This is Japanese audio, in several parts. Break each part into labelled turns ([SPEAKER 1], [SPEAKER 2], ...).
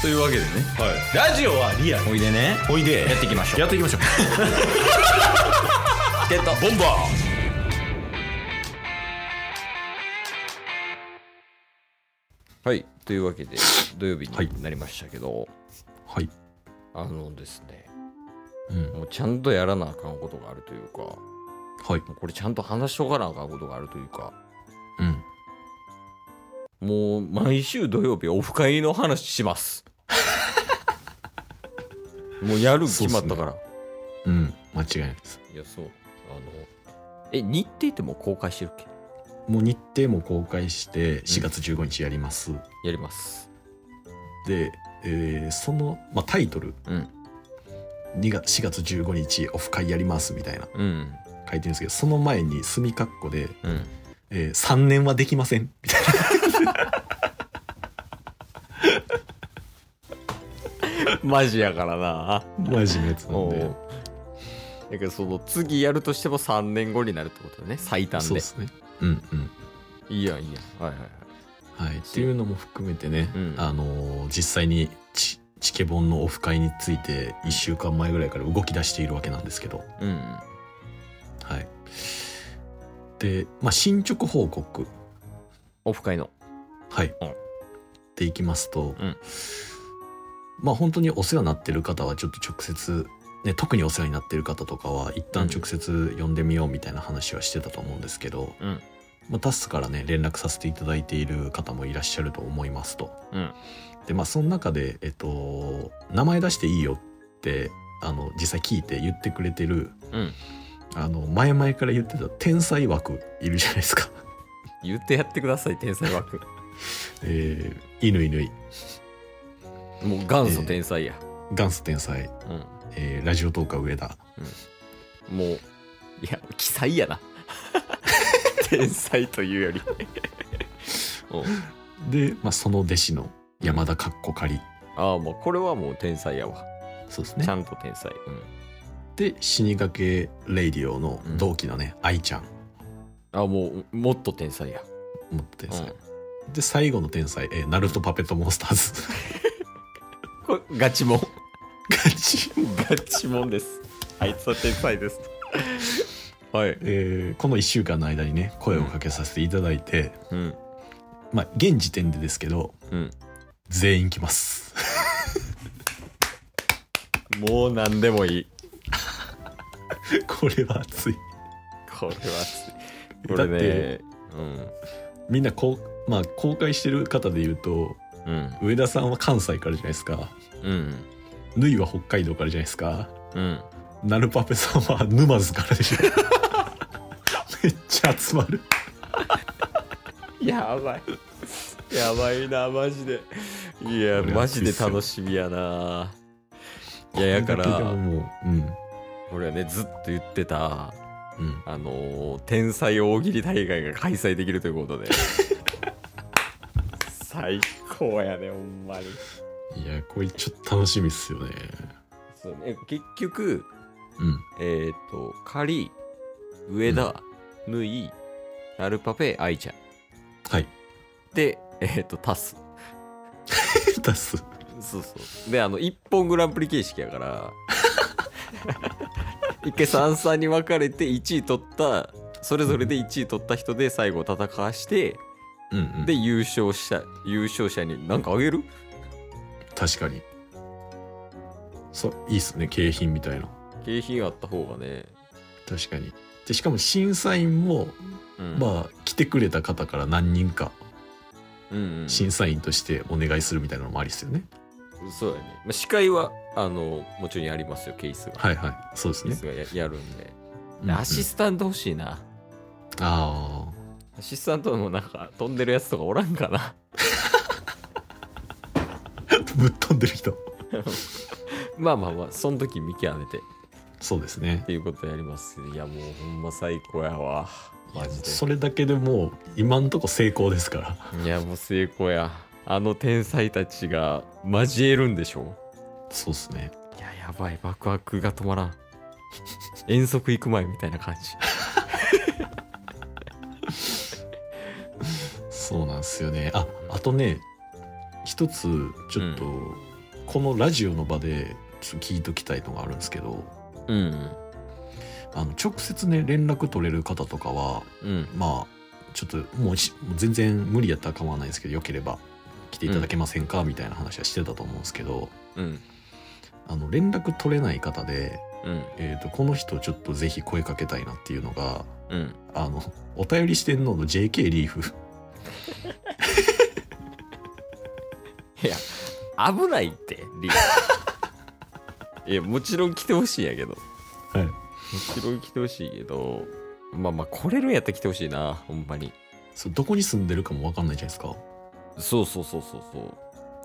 [SPEAKER 1] というわけでね
[SPEAKER 2] はい、ラジオはリアル
[SPEAKER 1] おいでね
[SPEAKER 2] おいで
[SPEAKER 1] やっていきましょう
[SPEAKER 2] やっていきましょう
[SPEAKER 1] ってた
[SPEAKER 2] ボンバ
[SPEAKER 1] はいというわけで土曜日
[SPEAKER 2] はい
[SPEAKER 1] になりましたけど、
[SPEAKER 2] ーはい
[SPEAKER 1] あのですね
[SPEAKER 2] うん
[SPEAKER 1] もうちゃんとやらなあかんことがあるというか
[SPEAKER 2] はい
[SPEAKER 1] もうこれちゃんと話しとかなあかんことがあるというか
[SPEAKER 2] うん
[SPEAKER 1] もう毎週土曜日オフ会の話します もうやる決まったから、
[SPEAKER 2] うん間違いないです
[SPEAKER 1] いやそうあのえ日程ってもう公開してるっけ
[SPEAKER 2] もう日程も公開して4月15日やります、
[SPEAKER 1] やります
[SPEAKER 2] で、えーその、まあ、タイトル
[SPEAKER 1] うん
[SPEAKER 2] 2月4月15日オフ会やりますみたいな
[SPEAKER 1] うん
[SPEAKER 2] 書いてるんですけどその前に墨括弧で、
[SPEAKER 1] うん
[SPEAKER 2] え3年はできませんみたい
[SPEAKER 1] マジやからな
[SPEAKER 2] なマジのやつなん
[SPEAKER 1] お
[SPEAKER 2] で
[SPEAKER 1] うだけどその次やるとしても3年後になるってことだね最短
[SPEAKER 2] そう
[SPEAKER 1] で
[SPEAKER 2] ですねうんうん
[SPEAKER 1] いいやんいいやんはいはいはい
[SPEAKER 2] はいっていうのも含めてね、
[SPEAKER 1] うん
[SPEAKER 2] あのー実際にチチケボンのオフ会について1週間前ぐらいから動き出しているわけなんですけど
[SPEAKER 1] うん
[SPEAKER 2] はいで、まあ、進捗報告
[SPEAKER 1] オフ会の
[SPEAKER 2] はい、
[SPEAKER 1] うん
[SPEAKER 2] っていきますと、
[SPEAKER 1] うん
[SPEAKER 2] まあ本当にお世話になってる方はちょっと直接、ね、特にお世話になってる方とかは一旦直接呼んでみようみたいな話はしてたと思うんですけど、
[SPEAKER 1] うん
[SPEAKER 2] まあ、タスからね連絡させていただいている方もいらっしゃると思いますと。
[SPEAKER 1] うん
[SPEAKER 2] でまあその中で、えっと、名前出していいよってあの実際聞いて言ってくれてる
[SPEAKER 1] うん
[SPEAKER 2] あの前々から言ってた天才枠いるじゃないですか。
[SPEAKER 1] 言ってやってください天才枠も
[SPEAKER 2] えー、犬犬
[SPEAKER 1] う元祖天才や、
[SPEAKER 2] 元祖天才えーラジオトーカー上田
[SPEAKER 1] うんもういや奇才やな 天才というより うん
[SPEAKER 2] で、まあ、その弟子の山田かっこかり
[SPEAKER 1] ああもうこれはもう天才やわ、
[SPEAKER 2] そうです
[SPEAKER 1] ち
[SPEAKER 2] ね
[SPEAKER 1] ゃんと天才うん
[SPEAKER 2] で死神レイディオの同期のね愛、ちゃん
[SPEAKER 1] ああもうもっと天才や、
[SPEAKER 2] も天
[SPEAKER 1] う
[SPEAKER 2] 才、
[SPEAKER 1] ん
[SPEAKER 2] で最後の天才、えーナルトパペットモンスターズ
[SPEAKER 1] これガチもん
[SPEAKER 2] ガチ、
[SPEAKER 1] ガチもんです。あいつは天才です。はい。
[SPEAKER 2] えーこの1週間の間にね声をかけさせていただいて、
[SPEAKER 1] うん。
[SPEAKER 2] まあ現時点でですけど
[SPEAKER 1] うん。
[SPEAKER 2] 全員来ます
[SPEAKER 1] もう何でもいい。
[SPEAKER 2] これは熱い
[SPEAKER 1] これは熱い。これ
[SPEAKER 2] だって
[SPEAKER 1] ね。うん。
[SPEAKER 2] みんなこう、まあ、公開してる方で言うと
[SPEAKER 1] うん。
[SPEAKER 2] 上田さんは関西からじゃないですか
[SPEAKER 1] うん。
[SPEAKER 2] ぬいは北海道からじゃないですか
[SPEAKER 1] うん。
[SPEAKER 2] ナルパペさんは沼津からでしょ めっちゃ集まる
[SPEAKER 1] やばい。やばいな、マジで。いや、
[SPEAKER 2] これ
[SPEAKER 1] マジ
[SPEAKER 2] 熱い
[SPEAKER 1] で
[SPEAKER 2] っすよ
[SPEAKER 1] 楽しみやな。いや、やか
[SPEAKER 2] これだけでも
[SPEAKER 1] ら、
[SPEAKER 2] もううん
[SPEAKER 1] 俺はね、ずっと言ってた、
[SPEAKER 2] うん
[SPEAKER 1] あのー天才大喜利大会が開催できるという ことで。最高やね、ほんまに。
[SPEAKER 2] いやこれちょっと楽しみっすよね
[SPEAKER 1] そうね、結局、
[SPEAKER 2] うん
[SPEAKER 1] えっ、と、仮、上田、ぬい、アルパペ、愛ちゃん。
[SPEAKER 2] はい
[SPEAKER 1] で、えっ、と、タス。
[SPEAKER 2] 出す
[SPEAKER 1] そうそう。で、あの、一本グランプリ形式や から、一回三々に分かれて1位取った、それぞれで1位取った人で最後戦わして、
[SPEAKER 2] うん、うん、
[SPEAKER 1] で、優勝した、優勝者に何かあげる
[SPEAKER 2] 確かにそういいっすね景品みたいな
[SPEAKER 1] 景品あった方がね。
[SPEAKER 2] 確かにでしかも審査員も、
[SPEAKER 1] うん、あ、
[SPEAKER 2] まあ来てくれた方から何人か
[SPEAKER 1] うん、うん。
[SPEAKER 2] 審査員としてお願いするみたいなのもありっすよね、
[SPEAKER 1] そうやね。まあ、司会は、あの、もちろんやりますよ、ケースが。
[SPEAKER 2] はいはいそうです
[SPEAKER 1] ケー
[SPEAKER 2] ね
[SPEAKER 1] スがややるんで。
[SPEAKER 2] うんうん
[SPEAKER 1] アシスタント欲しいな。
[SPEAKER 2] ああ
[SPEAKER 1] アシスタントもなんか飛んでるやつとかおらんかな。
[SPEAKER 2] ぶっ飛んでる人
[SPEAKER 1] まあまあまあ、その時見極めてっ
[SPEAKER 2] そうですね
[SPEAKER 1] ていうことやりますけどいやもうほんま最高やわ。マジで。
[SPEAKER 2] それだけでもう今んとこ成功ですから
[SPEAKER 1] いやもう成功や。あの天才たちが交えるんでしょ
[SPEAKER 2] そうっすね
[SPEAKER 1] いや、やばい。ワクワクが止ま らん。遠足行く前みたいな感じ。
[SPEAKER 2] そうなんすよねああとね一つちょっとこのラジオの場でちょっと聞いときたいのがあるんですけど
[SPEAKER 1] うん
[SPEAKER 2] あの直接ね連絡取れる方とかは
[SPEAKER 1] うん
[SPEAKER 2] まあちょっともうしもう全然無理やったら構わないんですけどよければ来ていただけませんか、みたいな話はしてたと思うんですけど
[SPEAKER 1] うん
[SPEAKER 2] あの連絡取れない方で、
[SPEAKER 1] うん
[SPEAKER 2] えー、とこの人ちょっとぜひ声かけたいなっていうのが
[SPEAKER 1] うん
[SPEAKER 2] あのお便り四天王の JK リーフ
[SPEAKER 1] いや危ないってリーいやもちろん来てほしいんやけど
[SPEAKER 2] はい
[SPEAKER 1] もちろん来てほしいけどまあまあ来れるんやったら来てほしいなほんまに
[SPEAKER 2] そうどこに住んでるかも分かんないじゃないですか
[SPEAKER 1] そうそうそうそうそ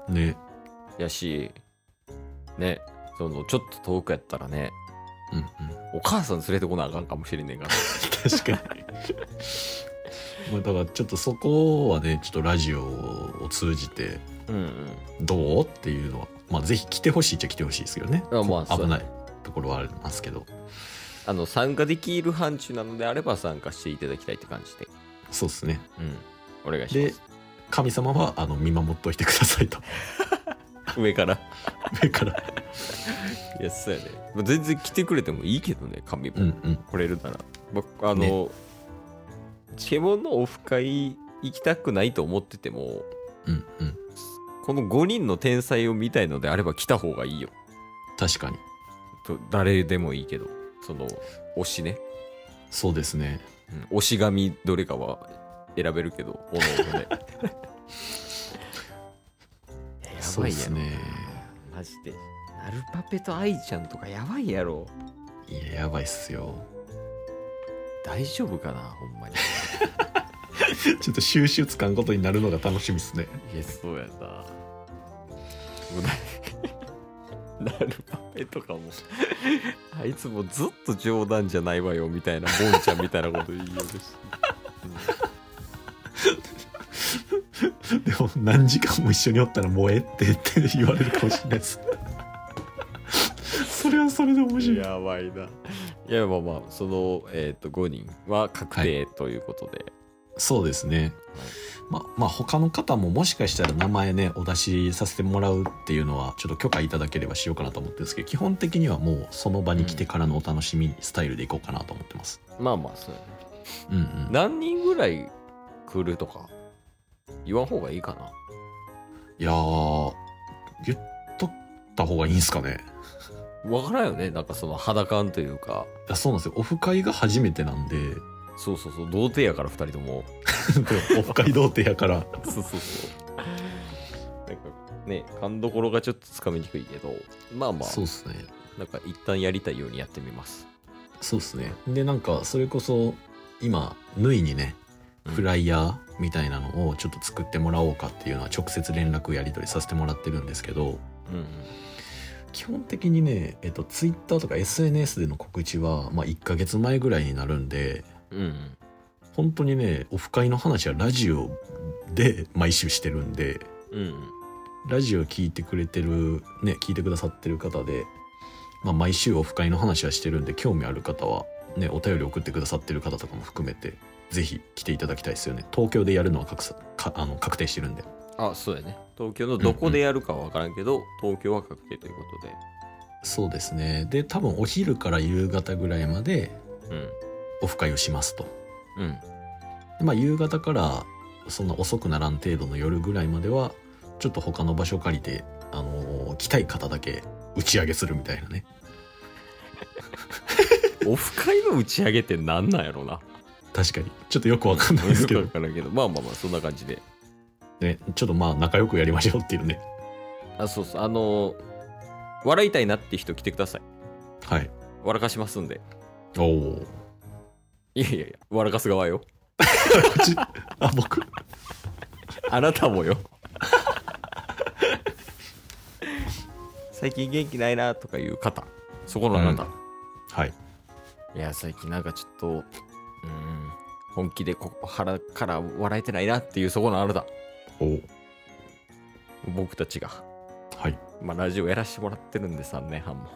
[SPEAKER 1] う
[SPEAKER 2] ね
[SPEAKER 1] やしねそのちょっと遠くやったらね
[SPEAKER 2] うんうん
[SPEAKER 1] お母さん連れてこなあかんかもしれんねんから
[SPEAKER 2] 確かにまあだからちょっとそこはねちょっとラジオを通じて
[SPEAKER 1] うんうん
[SPEAKER 2] どうっていうのはまあぜひ来てほしいっちゃ来てほしいですけどね
[SPEAKER 1] あまあそう
[SPEAKER 2] 危ないところはありますけど
[SPEAKER 1] あの参加できる範疇なのであれば参加していただきたいって感じで
[SPEAKER 2] そうですね
[SPEAKER 1] うんお願いしま
[SPEAKER 2] です神様はあの見守っといてくださいと
[SPEAKER 1] 上から
[SPEAKER 2] 上から
[SPEAKER 1] いやそうやね、まあ、全然来てくれてもいいけどね神
[SPEAKER 2] うん
[SPEAKER 1] も
[SPEAKER 2] うん
[SPEAKER 1] 来れるなら、僕あの、
[SPEAKER 2] ね
[SPEAKER 1] チケモンのオフ会行きたくないと思ってても
[SPEAKER 2] うんうん
[SPEAKER 1] この5人の天才を見たいのであれば来た方がいいよ
[SPEAKER 2] 確かに
[SPEAKER 1] と誰でもいいけどその推しね
[SPEAKER 2] そうですね
[SPEAKER 1] 推し神どれかは選べるけど、おのお ので。
[SPEAKER 2] そうですね
[SPEAKER 1] マジで。ナルパペと愛ちゃんとかやばいやろ。
[SPEAKER 2] いややばいっすよ
[SPEAKER 1] 大丈夫かな、ほんまに。
[SPEAKER 2] ちょっと収集つかんことになるのが楽しみですね
[SPEAKER 1] いや、そうやな。もうな ナルパペとかも、あいつもずっと冗談じゃないわよみたいな、ボンちゃんみたいなこと言いよるし。
[SPEAKER 2] でも何時間も一緒におったらもうええってって言われるかもしれないです それはそれで面白 い
[SPEAKER 1] やばいな。いや、まあまあ、その、えっ、と、5人は確定ということで。
[SPEAKER 2] そうですね。ままあ他の方ももしかしたら名前ねお出しさせてもらうっていうのはちょっと許可いただければしようかなと思ってるんですけど基本的にはもうその場に来てからのお楽しみスタイルでいこうかなと思ってます。
[SPEAKER 1] まあまあ、そうやね。
[SPEAKER 2] うんうん、
[SPEAKER 1] 何人ぐらい来るとか言わん方がいいかない
[SPEAKER 2] やー言っとった方がいいんすかね。
[SPEAKER 1] わからんよねなんかその肌感というか
[SPEAKER 2] いやそうなんですよオフ会が初めてなんで
[SPEAKER 1] そうそうそう童貞やから2人と も
[SPEAKER 2] オフ会童貞やから
[SPEAKER 1] そうそうそうなんかね勘どころがちょっとつかみにくいけどまあま
[SPEAKER 2] そうっすね
[SPEAKER 1] あなんか一旦やりたいようにやってみます
[SPEAKER 2] そうっすねでなんかそれこそ今縫いにねフライヤーみたいなのをちょっと作ってもらおうかっていうのは直接連絡やり取りさせてもらってるんですけど
[SPEAKER 1] うん
[SPEAKER 2] 基本的にね、えっと、Twitter とか SNS での告知は、まあ、1ヶ月前ぐらいになるんで
[SPEAKER 1] うんうん
[SPEAKER 2] 本当にねオフ会の話はラジオで毎週してるんで
[SPEAKER 1] うんうん
[SPEAKER 2] ラジオ聞いてくれてるね聞いてくださってる方で、まあ、毎週オフ会の話はしてるんで興味ある方は、ね、お便り送ってくださってる方とかも含めてぜひ来ていただきたいですよね東京でやるのは確さかあの確定してるんで。
[SPEAKER 1] あそうやね東京のどこでやるかは分からんけど、東京は確定ということで
[SPEAKER 2] そうですねで多分お昼から夕方ぐらいまで
[SPEAKER 1] うん
[SPEAKER 2] オフ会をしますと
[SPEAKER 1] うん
[SPEAKER 2] でまあ夕方からそんな遅くならん程度の夜ぐらいまではちょっと他の場所借りて、あのー来たい方だけ打ち上げするみたいなね
[SPEAKER 1] オフ会の打ち上げって何なんやろ な
[SPEAKER 2] 確かにちょっとよくわかんないですけ
[SPEAKER 1] よ
[SPEAKER 2] ど
[SPEAKER 1] く、わからんけどまあまあまあそんな感じで
[SPEAKER 2] ね、ちょっとまあ仲良くやりましょうっていうね
[SPEAKER 1] あそうそうあの笑いたいなって人来てください
[SPEAKER 2] はい
[SPEAKER 1] 笑かしますんで
[SPEAKER 2] おお
[SPEAKER 1] いやいやいや笑かす側よ
[SPEAKER 2] あ僕
[SPEAKER 1] あなたもよ 最近元気ないなとかいう方そこのあなた、
[SPEAKER 2] はい
[SPEAKER 1] いや最近なんかちょっとうん本気でここ腹から笑えてないなっていうそこのあなた
[SPEAKER 2] おー
[SPEAKER 1] 僕たちが、
[SPEAKER 2] はい
[SPEAKER 1] まあ、ラジオやらしてもらってるんで3年半も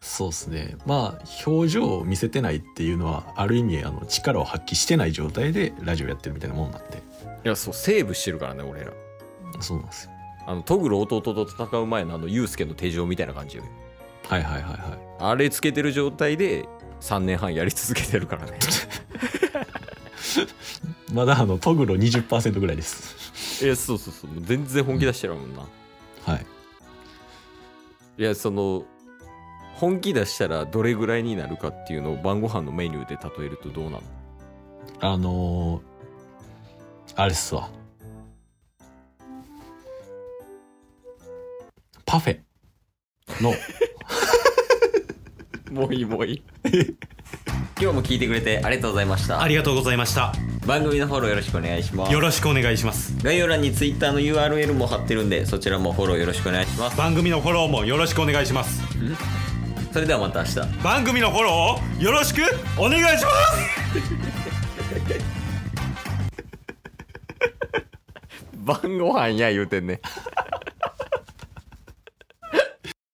[SPEAKER 2] そうですねまあ表情を見せてないっていうのはある意味あの力を発揮してない状態でラジオやってるみたいなもんなんで
[SPEAKER 1] いやそうセーブしてるからね俺ら
[SPEAKER 2] そうなんですよ
[SPEAKER 1] あのトグル弟と戦う前のあのユウスケの手錠みたいな感じよ
[SPEAKER 2] はいはいはいはい
[SPEAKER 1] あれつけてる状態で3年半やり続けてるから ね
[SPEAKER 2] まだあのトグロ20%ぐらいです
[SPEAKER 1] えそうそうそうもう全然本気出してるもんな、
[SPEAKER 2] はい
[SPEAKER 1] いやその本気出したらどれぐらいになるかっていうのを晩ご飯のメニューで例えるとどうなの
[SPEAKER 2] あのーあれっすわパフェの
[SPEAKER 1] もういいもうい い今日も聞いてくれてありがとうございました
[SPEAKER 3] ありがとうございました
[SPEAKER 1] 番組のフォローよろしくお願いします
[SPEAKER 3] よろしくお願いします
[SPEAKER 1] 概要欄に Twitter の URL も貼ってるんでそちらもフォローよろしくお願いします
[SPEAKER 3] 番組のフォローもよろしくお願いします
[SPEAKER 1] それではまた明日
[SPEAKER 3] 番組のフォローをよろしくお願いします
[SPEAKER 1] 晩ご飯や言うてんね